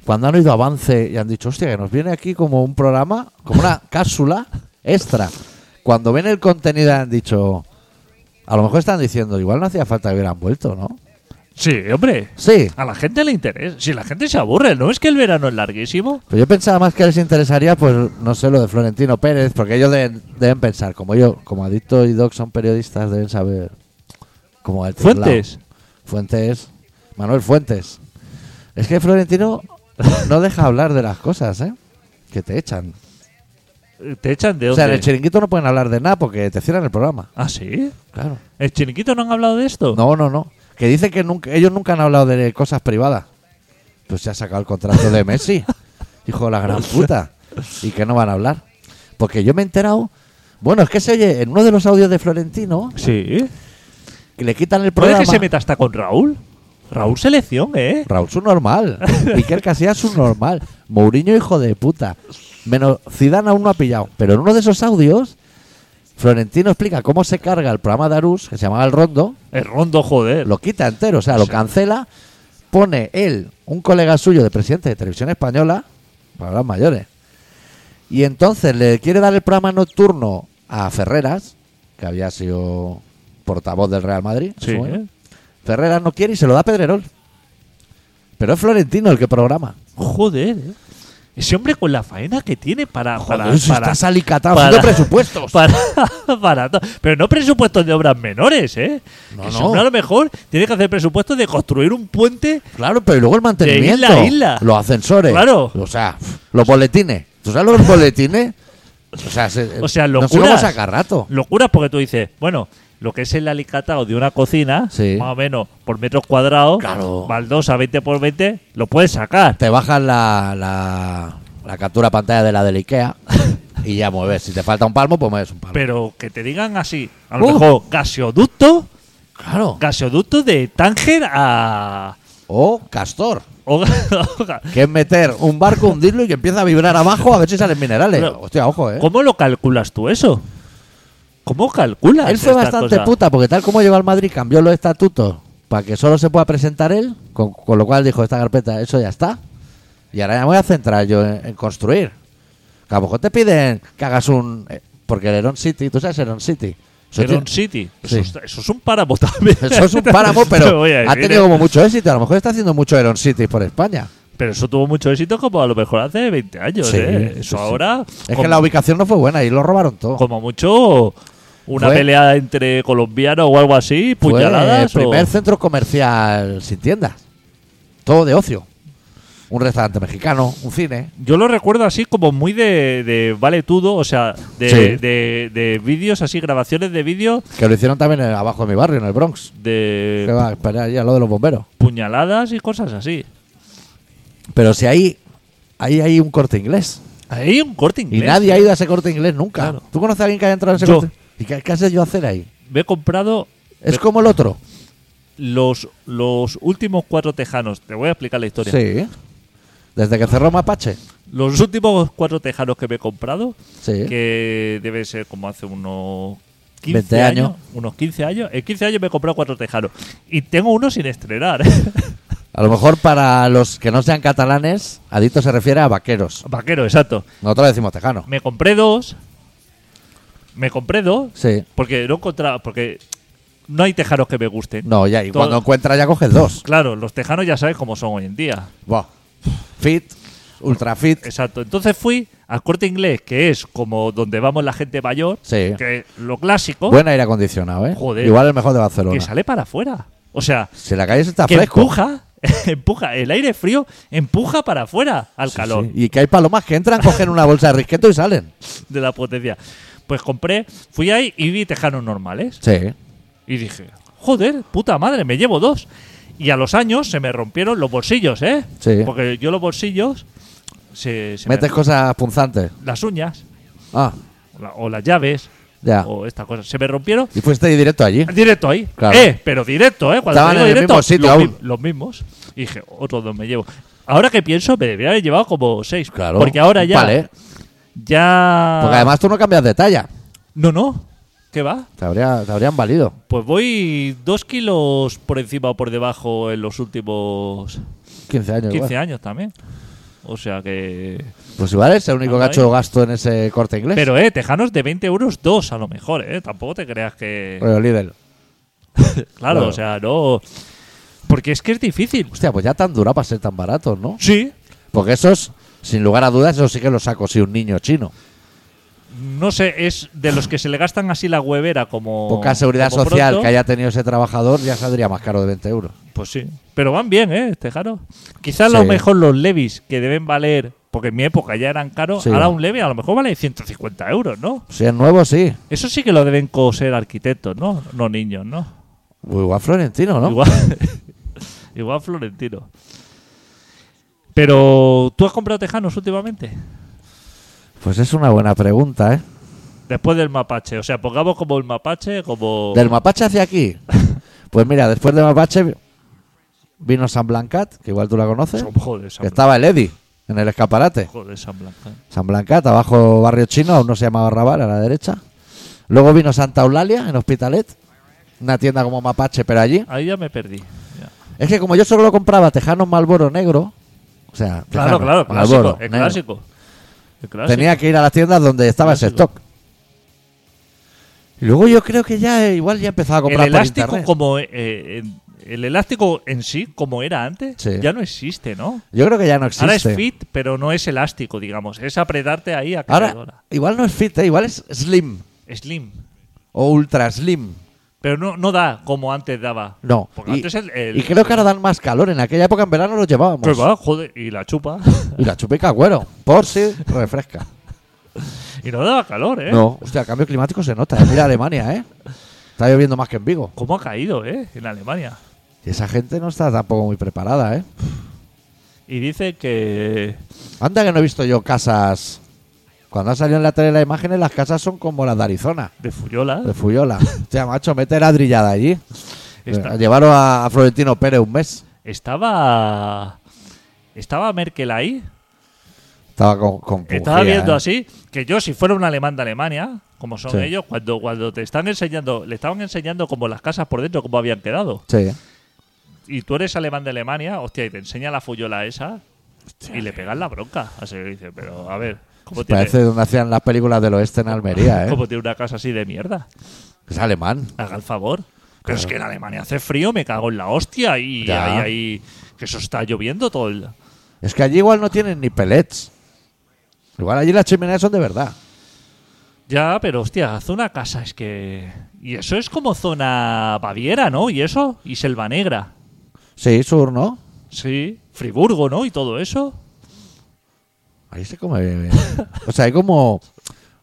[SPEAKER 1] cuando han oído avance y han dicho, hostia, que nos viene aquí como un programa, como una cápsula extra. Cuando ven el contenido han dicho, a lo mejor están diciendo, igual no hacía falta que hubieran vuelto, ¿no?
[SPEAKER 3] Sí, hombre.
[SPEAKER 1] Sí,
[SPEAKER 3] A la gente le interesa. Si la gente se aburre, ¿no es que el verano es larguísimo?
[SPEAKER 1] pero Pues yo pensaba más que les interesaría, pues, no sé, lo de Florentino Pérez, porque ellos deben, deben pensar, como yo, como Adicto y Doc son periodistas, deben saber. Como el teclado.
[SPEAKER 3] Fuentes.
[SPEAKER 1] Fuentes. Manuel Fuentes. Es que Florentino no deja hablar de las cosas, ¿eh? Que te echan.
[SPEAKER 3] Eh, Te echan de
[SPEAKER 1] O
[SPEAKER 3] dónde.
[SPEAKER 1] sea, en el chiringuito no pueden hablar de nada porque te cierran el programa.
[SPEAKER 3] ah, sí.
[SPEAKER 1] Claro.
[SPEAKER 3] ¿El chiringuito no han hablado de esto?
[SPEAKER 1] No, no, no. Que dicen que nunca, ellos nunca han hablado de cosas privadas. Pues se ha sacado el contrato de
[SPEAKER 3] [LAUGHS]
[SPEAKER 1] Messi. Hijo de la gran puta. Y que no van a hablar. Porque yo me he enterado. Bueno, es que se oye en uno de los audios de Florentino
[SPEAKER 3] Sí.
[SPEAKER 1] que le quitan el
[SPEAKER 3] ¿Puede
[SPEAKER 1] programa.
[SPEAKER 3] que se meta hasta con Raúl? Raúl Selección, ¿eh?
[SPEAKER 1] Raúl es un normal. Iker Casillas es un normal. Mourinho, hijo de puta. Menos Zidane aún no ha pillado. Pero en uno de esos audios, Florentino explica cómo se carga el programa de Arús, que se llamaba El Rondo,
[SPEAKER 3] El rondo, joder.
[SPEAKER 1] [LAUGHS] lo quita entero, o sea, lo
[SPEAKER 3] Sí.
[SPEAKER 1] cancela, pone él, un colega suyo de presidente de Televisión Española, para las mayores, y entonces le quiere dar el programa nocturno a Ferreras, que había sido portavoz del Real Madrid. en su
[SPEAKER 3] Sí,
[SPEAKER 1] momento.
[SPEAKER 3] ¿eh?
[SPEAKER 1] Ferreras no quiere y se lo da a Pedrerol. Pero es Florentino el que programa.
[SPEAKER 3] Joder, ¿eh? Ese hombre con la faena que tiene para. para,
[SPEAKER 1] Joder, si
[SPEAKER 3] para-
[SPEAKER 1] estás alicatado,
[SPEAKER 3] para-
[SPEAKER 1] haciendo presupuestos.
[SPEAKER 3] para, [LAUGHS] para to- Pero no presupuestos de obras menores, ¿eh?
[SPEAKER 1] No,
[SPEAKER 3] Que ese
[SPEAKER 1] no.
[SPEAKER 3] hombre a lo mejor tiene que hacer presupuestos de construir un puente.
[SPEAKER 1] Claro, pero y luego el mantenimiento.
[SPEAKER 3] De isla a isla.
[SPEAKER 1] Los ascensores.
[SPEAKER 3] Claro.
[SPEAKER 1] O sea, los boletines. ¿Tú sabes los boletines? O sea, se-
[SPEAKER 3] O sea,
[SPEAKER 1] no
[SPEAKER 3] locuras.
[SPEAKER 1] sé cómo saca rato.
[SPEAKER 3] Locuras porque tú dices, bueno, lo que es el alicatado de una cocina,
[SPEAKER 1] Sí.
[SPEAKER 3] más o menos por metros cuadrados,
[SPEAKER 1] Claro.
[SPEAKER 3] baldosa 20 por 20, lo puedes sacar.
[SPEAKER 1] Te bajas la, la, la captura pantalla de la del Ikea y ya mueves. Si te falta un palmo, pues mueves un palmo.
[SPEAKER 3] Pero que te digan así, a lo
[SPEAKER 1] Uh.
[SPEAKER 3] mejor gaseoducto,
[SPEAKER 1] claro.
[SPEAKER 3] gaseoducto de Tánger a.
[SPEAKER 1] O castor,
[SPEAKER 3] o- [LAUGHS] o-
[SPEAKER 1] que es meter un barco, hundirlo y que empieza a vibrar abajo a ver si salen minerales.
[SPEAKER 3] Pero-
[SPEAKER 1] Hostia, ojo, eh.
[SPEAKER 3] ¿Cómo lo calculas tú eso? ¿Cómo calculas?
[SPEAKER 1] Él fue
[SPEAKER 3] esta
[SPEAKER 1] bastante
[SPEAKER 3] cosa?
[SPEAKER 1] puta, porque tal como llegó al Madrid, cambió los estatutos para que solo se pueda presentar él, con, con lo cual dijo esta carpeta, eso ya está. Y ahora ya me voy a centrar yo en, en construir. Que a lo mejor te piden que hagas un... eh, porque el Heron City, tú sabes Heron City. Eso
[SPEAKER 3] Pero un
[SPEAKER 1] tiene-
[SPEAKER 3] City.
[SPEAKER 1] Sí.
[SPEAKER 3] Eso, está- eso es un páramo [LAUGHS] también.
[SPEAKER 1] [LAUGHS] Eso es un
[SPEAKER 3] [LAUGHS]
[SPEAKER 1] páramo,
[SPEAKER 3] Te
[SPEAKER 1] pero
[SPEAKER 3] voy a
[SPEAKER 1] ha
[SPEAKER 3] decir,
[SPEAKER 1] tenido
[SPEAKER 3] ¿eh?
[SPEAKER 1] como mucho éxito. A lo mejor está haciendo mucho Heron City por España.
[SPEAKER 3] Pero eso tuvo mucho éxito como a lo mejor hace 20 años.
[SPEAKER 1] Sí,
[SPEAKER 3] ¿eh?
[SPEAKER 1] sí,
[SPEAKER 3] Eso
[SPEAKER 1] sí.
[SPEAKER 3] ahora.
[SPEAKER 1] Es
[SPEAKER 3] como,
[SPEAKER 1] que la ubicación no fue buena y lo robaron todo.
[SPEAKER 3] como mucho una
[SPEAKER 1] Fue-
[SPEAKER 3] pelea entre colombianos o algo así,
[SPEAKER 1] Fue el
[SPEAKER 3] puñaladas. o-
[SPEAKER 1] primer centro comercial sin tiendas. Todo de ocio. Un restaurante mexicano, un cine.
[SPEAKER 3] Yo lo recuerdo así como muy de, de vale tudo, o sea, de,
[SPEAKER 1] Sí.
[SPEAKER 3] de- de vídeos así, grabaciones de vídeos
[SPEAKER 1] Que lo hicieron también en- abajo de mi barrio, en el Bronx. Que
[SPEAKER 3] de
[SPEAKER 1] va, espera, ya lo de los bomberos.
[SPEAKER 3] puñaladas y cosas así.
[SPEAKER 1] Pero si ahí, ahí hay un corte inglés.
[SPEAKER 3] Ahí un corte
[SPEAKER 1] Y
[SPEAKER 3] inglés. ¿eh?
[SPEAKER 1] nadie ha ido a ese corte inglés nunca.
[SPEAKER 3] Claro.
[SPEAKER 1] ¿Tú conoces a alguien que haya entrado en ese
[SPEAKER 3] Yo.
[SPEAKER 1] corte? ¿Y qué, qué has yo hacer ahí?
[SPEAKER 3] Me he comprado
[SPEAKER 1] Es como el otro.
[SPEAKER 3] los, los últimos cuatro tejanos. Te voy a explicar la historia.
[SPEAKER 1] Sí. Desde que cerró Mapache.
[SPEAKER 3] Los últimos cuatro tejanos que me he comprado,
[SPEAKER 1] Sí.
[SPEAKER 3] que debe ser como hace unos 15
[SPEAKER 1] 20 años.
[SPEAKER 3] Unos 15 años. En 15 años me he comprado cuatro tejanos. Y tengo uno sin estrenar. ¿eh?
[SPEAKER 1] A lo mejor para los que no sean catalanes, Adicto se refiere a vaqueros.
[SPEAKER 3] [LAUGHS] Vaquero, exacto.
[SPEAKER 1] Nosotros decimos tejano.
[SPEAKER 3] Me compré dos. Me compré dos.
[SPEAKER 1] Sí.
[SPEAKER 3] Porque no encontraba. Porque no hay tejanos que me gusten.
[SPEAKER 1] No, ya, y
[SPEAKER 3] Todo-
[SPEAKER 1] cuando encuentras ya coges dos.
[SPEAKER 3] Claro, los tejanos ya sabes cómo son hoy en día.
[SPEAKER 1] Buah. Fit, ultra fit.
[SPEAKER 3] Exacto. Entonces fui al corte inglés, que es como donde vamos la gente mayor.
[SPEAKER 1] Sí.
[SPEAKER 3] Que es lo clásico.
[SPEAKER 1] Buen aire acondicionado, ¿eh?
[SPEAKER 3] Joder.
[SPEAKER 1] Igual el mejor de
[SPEAKER 3] que
[SPEAKER 1] Barcelona.
[SPEAKER 3] sale para afuera. O sea,
[SPEAKER 1] Si la calle está
[SPEAKER 3] que
[SPEAKER 1] fresco.
[SPEAKER 3] empuja, [LAUGHS] empuja, el aire frío empuja para afuera al
[SPEAKER 1] Sí,
[SPEAKER 3] calor
[SPEAKER 1] sí. Y que hay palomas que entran, cogen una bolsa de risqueto y salen.
[SPEAKER 3] de la potencia. Pues compré, fui ahí y vi tejanos normales.
[SPEAKER 1] Sí.
[SPEAKER 3] Y dije, joder, puta madre, me llevo dos. Y a los años se me rompieron los bolsillos, ¿eh?
[SPEAKER 1] Sí.
[SPEAKER 3] Porque yo los bolsillos. Se, se me-
[SPEAKER 1] Metes cosas punzantes.
[SPEAKER 3] las uñas
[SPEAKER 1] Ah,
[SPEAKER 3] o la- o las llaves.
[SPEAKER 1] Ya.
[SPEAKER 3] o esta cosa. Se me rompieron
[SPEAKER 1] Y fuiste directo allí.
[SPEAKER 3] directo ahí.
[SPEAKER 1] Claro.
[SPEAKER 3] Eh, pero directo, ¿eh? Cuando
[SPEAKER 1] Estaban
[SPEAKER 3] digo
[SPEAKER 1] en el
[SPEAKER 3] directo,
[SPEAKER 1] mismo sitio
[SPEAKER 3] los,
[SPEAKER 1] aún.
[SPEAKER 3] mi- los mismos. Y dije, otros dos me llevo. Ahora que pienso, me debería haber llevado como seis.
[SPEAKER 1] Claro.
[SPEAKER 3] Porque ahora ya.
[SPEAKER 1] Vale.
[SPEAKER 3] Ya.
[SPEAKER 1] Porque además tú no cambias de talla.
[SPEAKER 3] No, no. ¿Qué va?
[SPEAKER 1] Te, habría- te habrían valido.
[SPEAKER 3] Pues voy dos kilos por encima o por debajo en los últimos
[SPEAKER 1] 15 años.
[SPEAKER 3] 15
[SPEAKER 1] igual.
[SPEAKER 3] años también. O sea que.
[SPEAKER 1] Pues igual es el único
[SPEAKER 3] Anda
[SPEAKER 1] gacho gasto en ese corte inglés.
[SPEAKER 3] Pero, eh, tejanos de 20 euros, dos a lo mejor, eh. Tampoco te creas que.
[SPEAKER 1] Rollo Lidl.
[SPEAKER 3] claro,
[SPEAKER 1] bueno.
[SPEAKER 3] o sea, no. Porque es que es difícil.
[SPEAKER 1] Hostia, pues ya tan dura para ser tan baratos, ¿no?
[SPEAKER 3] Sí,
[SPEAKER 1] Porque esos, sin lugar a dudas, esos sí que los saco si un niño chino.
[SPEAKER 3] No sé, es de los que se le gastan así la huevera como.
[SPEAKER 1] Poca seguridad
[SPEAKER 3] Oh, como
[SPEAKER 1] social
[SPEAKER 3] pronto.
[SPEAKER 1] que haya tenido ese trabajador ya saldría más caro de 20 euros.
[SPEAKER 3] Pues sí. Pero van bien, ¿eh? Tejano. Quizás
[SPEAKER 1] Sí.
[SPEAKER 3] a lo mejor los levis que deben valer. Porque en mi época ya eran caros.
[SPEAKER 1] Sí.
[SPEAKER 3] Ahora un levy a lo mejor vale 150 euros, ¿no?
[SPEAKER 1] Si es nuevo, sí.
[SPEAKER 3] Eso sí que lo deben coser arquitectos, ¿no? No niños, ¿no?
[SPEAKER 1] Uy, Igual Florentino, ¿no?
[SPEAKER 3] Igual. [LAUGHS] Igual Florentino. Pero. ¿Tú has comprado tejanos últimamente?
[SPEAKER 1] Pues es una buena pregunta, ¿eh?
[SPEAKER 3] Después del mapache. O sea, pongamos como el mapache, como.
[SPEAKER 1] ¿Del mapache hacia
[SPEAKER 3] [LAUGHS]
[SPEAKER 1] aquí? Pues mira, después del mapache vino San Blancat, que igual tú la conoces.
[SPEAKER 3] Son- Joder, San
[SPEAKER 1] que estaba el Eddy en el escaparate.
[SPEAKER 3] Blanca. Joder, San Blanca.
[SPEAKER 1] San Blancat, abajo barrio chino, aún no se llamaba Raval, a la derecha. Luego vino Santa Eulalia, en Hospitalet. Una tienda como mapache, pero allí.
[SPEAKER 3] Ahí ya me perdí. Ya.
[SPEAKER 1] Es que como yo solo compraba tejanos Malboro negro, o sea,
[SPEAKER 3] Claro,
[SPEAKER 1] tejanos
[SPEAKER 3] claro, clásico,
[SPEAKER 1] Marlboro
[SPEAKER 3] el
[SPEAKER 1] negro,
[SPEAKER 3] clásico. El clásico.
[SPEAKER 1] tenía que ir a las tiendas donde estaba ese
[SPEAKER 3] Clásico.
[SPEAKER 1] stock. Y luego yo creo que ya eh, igual ya empezaba a
[SPEAKER 3] el
[SPEAKER 1] comprar por
[SPEAKER 3] elástico
[SPEAKER 1] internet.
[SPEAKER 3] como eh, eh, el elástico en sí, como era antes,
[SPEAKER 1] Sí.
[SPEAKER 3] ya no existe, ¿no?
[SPEAKER 1] Yo creo que ya no existe.
[SPEAKER 3] Ahora es fit, pero no es elástico, digamos. Es apretarte ahí a
[SPEAKER 1] Ahora,
[SPEAKER 3] cargadora.
[SPEAKER 1] igual no es fit, eh, igual es slim
[SPEAKER 3] Slim.
[SPEAKER 1] o ultra slim.
[SPEAKER 3] Pero no, no da como antes daba.
[SPEAKER 1] No.
[SPEAKER 3] Porque
[SPEAKER 1] Y,
[SPEAKER 3] antes el. el-
[SPEAKER 1] y creo que ahora dan más calor. En aquella época en verano los llevábamos.
[SPEAKER 3] Pues va, joder, y la chupa. [LAUGHS]
[SPEAKER 1] Y la chupica, güero. Por si refresca.
[SPEAKER 3] y no daba calor, [LAUGHS] ¿eh?
[SPEAKER 1] No, hostia, el cambio climático se nota. eh. Mira Alemania, ¿eh? Está lloviendo más que en Vigo.
[SPEAKER 3] ¿Cómo ha caído, eh? En Alemania.
[SPEAKER 1] Y esa gente no está tampoco muy preparada, ¿eh?
[SPEAKER 3] Y dice que.
[SPEAKER 1] Anda que no he visto yo casas. Cuando ha salido en la tele las imágenes, las casas son como las de Arizona,
[SPEAKER 3] De Fuyola.
[SPEAKER 1] de Fuyola. Hostia, macho, mete ladrillada allí.
[SPEAKER 3] está-
[SPEAKER 1] A Llevaros a, a Florentino Pérez un mes.
[SPEAKER 3] estaba. Estaba Merkel ahí.
[SPEAKER 1] Estaba con, con
[SPEAKER 3] Estaba
[SPEAKER 1] pujía,
[SPEAKER 3] viendo
[SPEAKER 1] ¿eh?
[SPEAKER 3] así que yo, si fuera un alemán de Alemania, como son
[SPEAKER 1] Sí.
[SPEAKER 3] ellos, cuando, cuando te están enseñando, le estaban enseñando como las casas por dentro, como habían quedado.
[SPEAKER 1] Sí.
[SPEAKER 3] Y tú eres alemán de Alemania, hostia, y te enseña la follola esa y le pegas la bronca. Así que dice, pero a ver, ¿cómo
[SPEAKER 1] Pues
[SPEAKER 3] Pues tiene, Pues-
[SPEAKER 1] Parece donde hacían las películas del oeste en Almería, ¿eh?
[SPEAKER 3] cómo tiene una casa así de mierda?
[SPEAKER 1] Es alemán.
[SPEAKER 3] Haga el favor. Pero es que en Alemania hace frío, me cago en la hostia y
[SPEAKER 1] Ya.
[SPEAKER 3] ahí, ahí- que eso está lloviendo todo el.
[SPEAKER 1] Es que allí igual no tienen ni pellets. Igual allí las chimeneas son de verdad.
[SPEAKER 3] Ya, pero hostia, zona casa es que. Y eso es como zona Baviera, ¿no? Y eso, y Selva Negra.
[SPEAKER 1] Sí, sur, ¿no?
[SPEAKER 3] Sí, Friburgo, ¿no? Y todo eso.
[SPEAKER 1] Ahí se come bien.
[SPEAKER 3] [LAUGHS]
[SPEAKER 1] bien. O sea, hay como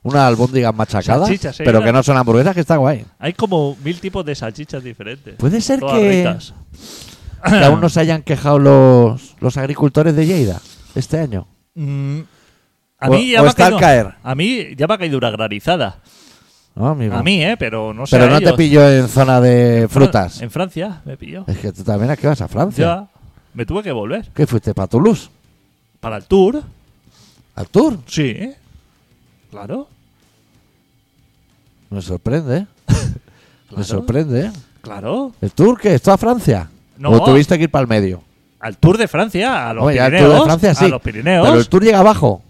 [SPEAKER 1] unas albóndigas machacadas,
[SPEAKER 3] Salchichas, ¿eh?
[SPEAKER 1] pero que no son hamburguesas, que está guay.
[SPEAKER 3] Hay como mil tipos de salchichas diferentes.
[SPEAKER 1] Puede ser
[SPEAKER 3] Todas
[SPEAKER 1] que-
[SPEAKER 3] ricas.
[SPEAKER 1] Que aún no se hayan quejado los, los agricultores de Lleida este año.
[SPEAKER 3] Mm, a
[SPEAKER 1] O-
[SPEAKER 3] mí ya
[SPEAKER 1] o
[SPEAKER 3] me ha
[SPEAKER 1] está al
[SPEAKER 3] caído-
[SPEAKER 1] caer.
[SPEAKER 3] A mí ya me ha caído una granizada.
[SPEAKER 1] ¿No, amigo?
[SPEAKER 3] A mí, ¿eh? Pero no sé.
[SPEAKER 1] pero
[SPEAKER 3] a
[SPEAKER 1] no te
[SPEAKER 3] ellos.
[SPEAKER 1] pillo en zona de
[SPEAKER 3] [LAUGHS]
[SPEAKER 1] frutas.
[SPEAKER 3] En Francia me pilló.
[SPEAKER 1] Es que tú también aquí vas a Francia.
[SPEAKER 3] Ya. Me tuve que volver.
[SPEAKER 1] ¿Qué fuiste? ¿Para Toulouse?
[SPEAKER 3] Para el tour.
[SPEAKER 1] ¿Al Tour?
[SPEAKER 3] Sí. Claro.
[SPEAKER 1] Me sorprende, ¿eh? [LAUGHS] Me
[SPEAKER 3] Claro.
[SPEAKER 1] sorprende, ¿eh?
[SPEAKER 3] Claro.
[SPEAKER 1] ¿El Tour qué? ¿Esto a Francia?
[SPEAKER 3] No.
[SPEAKER 1] ¿O tuviste que ir para el medio?
[SPEAKER 3] Al tour de Francia, a los
[SPEAKER 1] Hombre, ya el
[SPEAKER 3] Pirineos.
[SPEAKER 1] Tour de Francia sí.
[SPEAKER 3] A los Pirineos.
[SPEAKER 1] Pero el Tour llega abajo,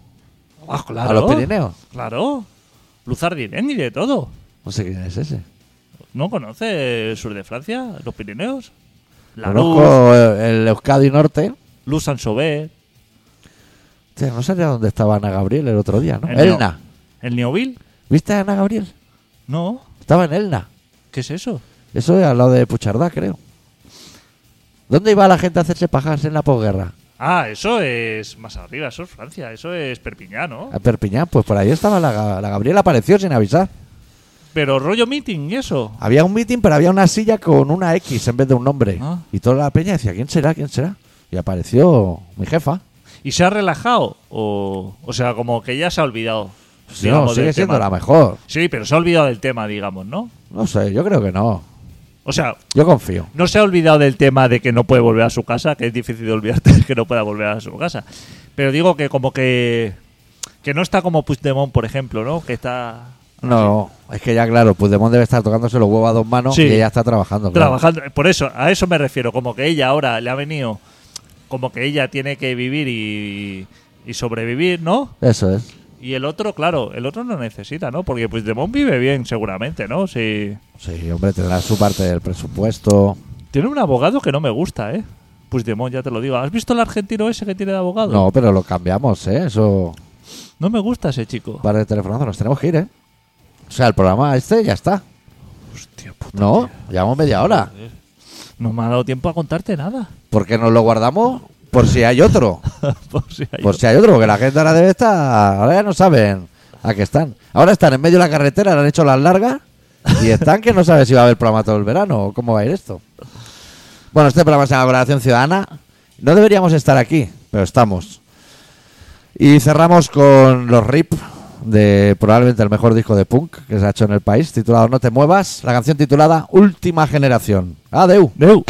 [SPEAKER 3] Ah, claro.
[SPEAKER 1] a los Pirineos.
[SPEAKER 3] Claro. Luzardiren y de todo.
[SPEAKER 1] No sé quién es ese.
[SPEAKER 3] ¿No conoce el sur de Francia? ¿Los Pirineos? La Luz,
[SPEAKER 1] Conozco eh, el Euskadi Norte.
[SPEAKER 3] Luz Sansové,
[SPEAKER 1] Hostia, no sabía dónde estaba Ana Gabriel el otro día, ¿no?
[SPEAKER 3] El
[SPEAKER 1] Elna.
[SPEAKER 3] el Neoville.
[SPEAKER 1] ¿Viste a Ana Gabriel?
[SPEAKER 3] No,
[SPEAKER 1] Estaba en Elna.
[SPEAKER 3] ¿qué es eso?
[SPEAKER 1] Eso es al lado de Puchardá, creo. ¿Dónde iba la gente a hacerse pajas en la posguerra?
[SPEAKER 3] Ah, eso es más arriba, eso es Francia, eso es Perpiñán, ¿no?
[SPEAKER 1] A Perpiñán, pues por ahí estaba la, Ga- la Gabriel, apareció sin avisar.
[SPEAKER 3] Pero rollo meeting y eso.
[SPEAKER 1] Había un meeting, pero había una silla con una X en vez de un nombre.
[SPEAKER 3] Ah.
[SPEAKER 1] Y toda la peña decía, ¿quién será? ¿Quién será? Y apareció mi jefa.
[SPEAKER 3] ¿Y se ha relajado? O, o sea, como que ya se ha olvidado.
[SPEAKER 1] no,
[SPEAKER 3] digamos,
[SPEAKER 1] sigue
[SPEAKER 3] del
[SPEAKER 1] siendo
[SPEAKER 3] tema.
[SPEAKER 1] la mejor.
[SPEAKER 3] Sí, pero se ha olvidado del tema, digamos, ¿no?
[SPEAKER 1] No sé, yo creo que no.
[SPEAKER 3] O sea,
[SPEAKER 1] Yo confío.
[SPEAKER 3] no se ha olvidado del tema de que no puede volver a su casa, que es difícil de olvidarte [LAUGHS] de que no pueda volver a su casa. Pero digo que como que que no está como Puigdemont, por ejemplo, ¿no? Que está
[SPEAKER 1] No, es que ya claro, Puigdemont debe estar tocándose los huevos a dos manos
[SPEAKER 3] Sí.
[SPEAKER 1] y ella está trabajando. claro.
[SPEAKER 3] trabajando. Por eso, a eso me refiero, como que ella ahora le ha venido, como que ella tiene que vivir y, y sobrevivir, ¿no?
[SPEAKER 1] Eso es.
[SPEAKER 3] Y el otro, claro, el otro no necesita, ¿no? Porque Puigdemont vive bien, seguramente, ¿no? Si
[SPEAKER 1] Sí, hombre, tendrá su parte del presupuesto.
[SPEAKER 3] tiene un abogado que no me gusta, ¿eh? Puigdemont, ya te lo digo. ¿Has visto el argentino ese que tiene de abogado?
[SPEAKER 1] No, pero lo cambiamos, ¿eh? Eso.
[SPEAKER 3] No me gusta ese chico.
[SPEAKER 1] Para el telefonazo nos tenemos que ir, ¿eh? O sea, el programa este ya está.
[SPEAKER 3] Hostia puta.
[SPEAKER 1] No, llevamos media hora.
[SPEAKER 3] No me ha dado tiempo a contarte nada. [LAUGHS]
[SPEAKER 1] ¿Por qué nos lo guardamos? Por si hay otro.
[SPEAKER 3] Por si hay
[SPEAKER 1] Por
[SPEAKER 3] otro.
[SPEAKER 1] si hay otro, porque la gente ahora debe estar. Ahora ya no saben a qué están. Ahora están en medio de la carretera, le han hecho las largas y están que no saben si va a haber programa todo el verano o cómo va a ir esto. Bueno, este programa se llama Colaboración Ciudadana. No deberíamos estar aquí, pero estamos. Y cerramos con los RIP de probablemente el mejor disco de punk que se ha hecho en el país, titulado No te muevas, la canción titulada Última Generación. Adeu.
[SPEAKER 3] Neu.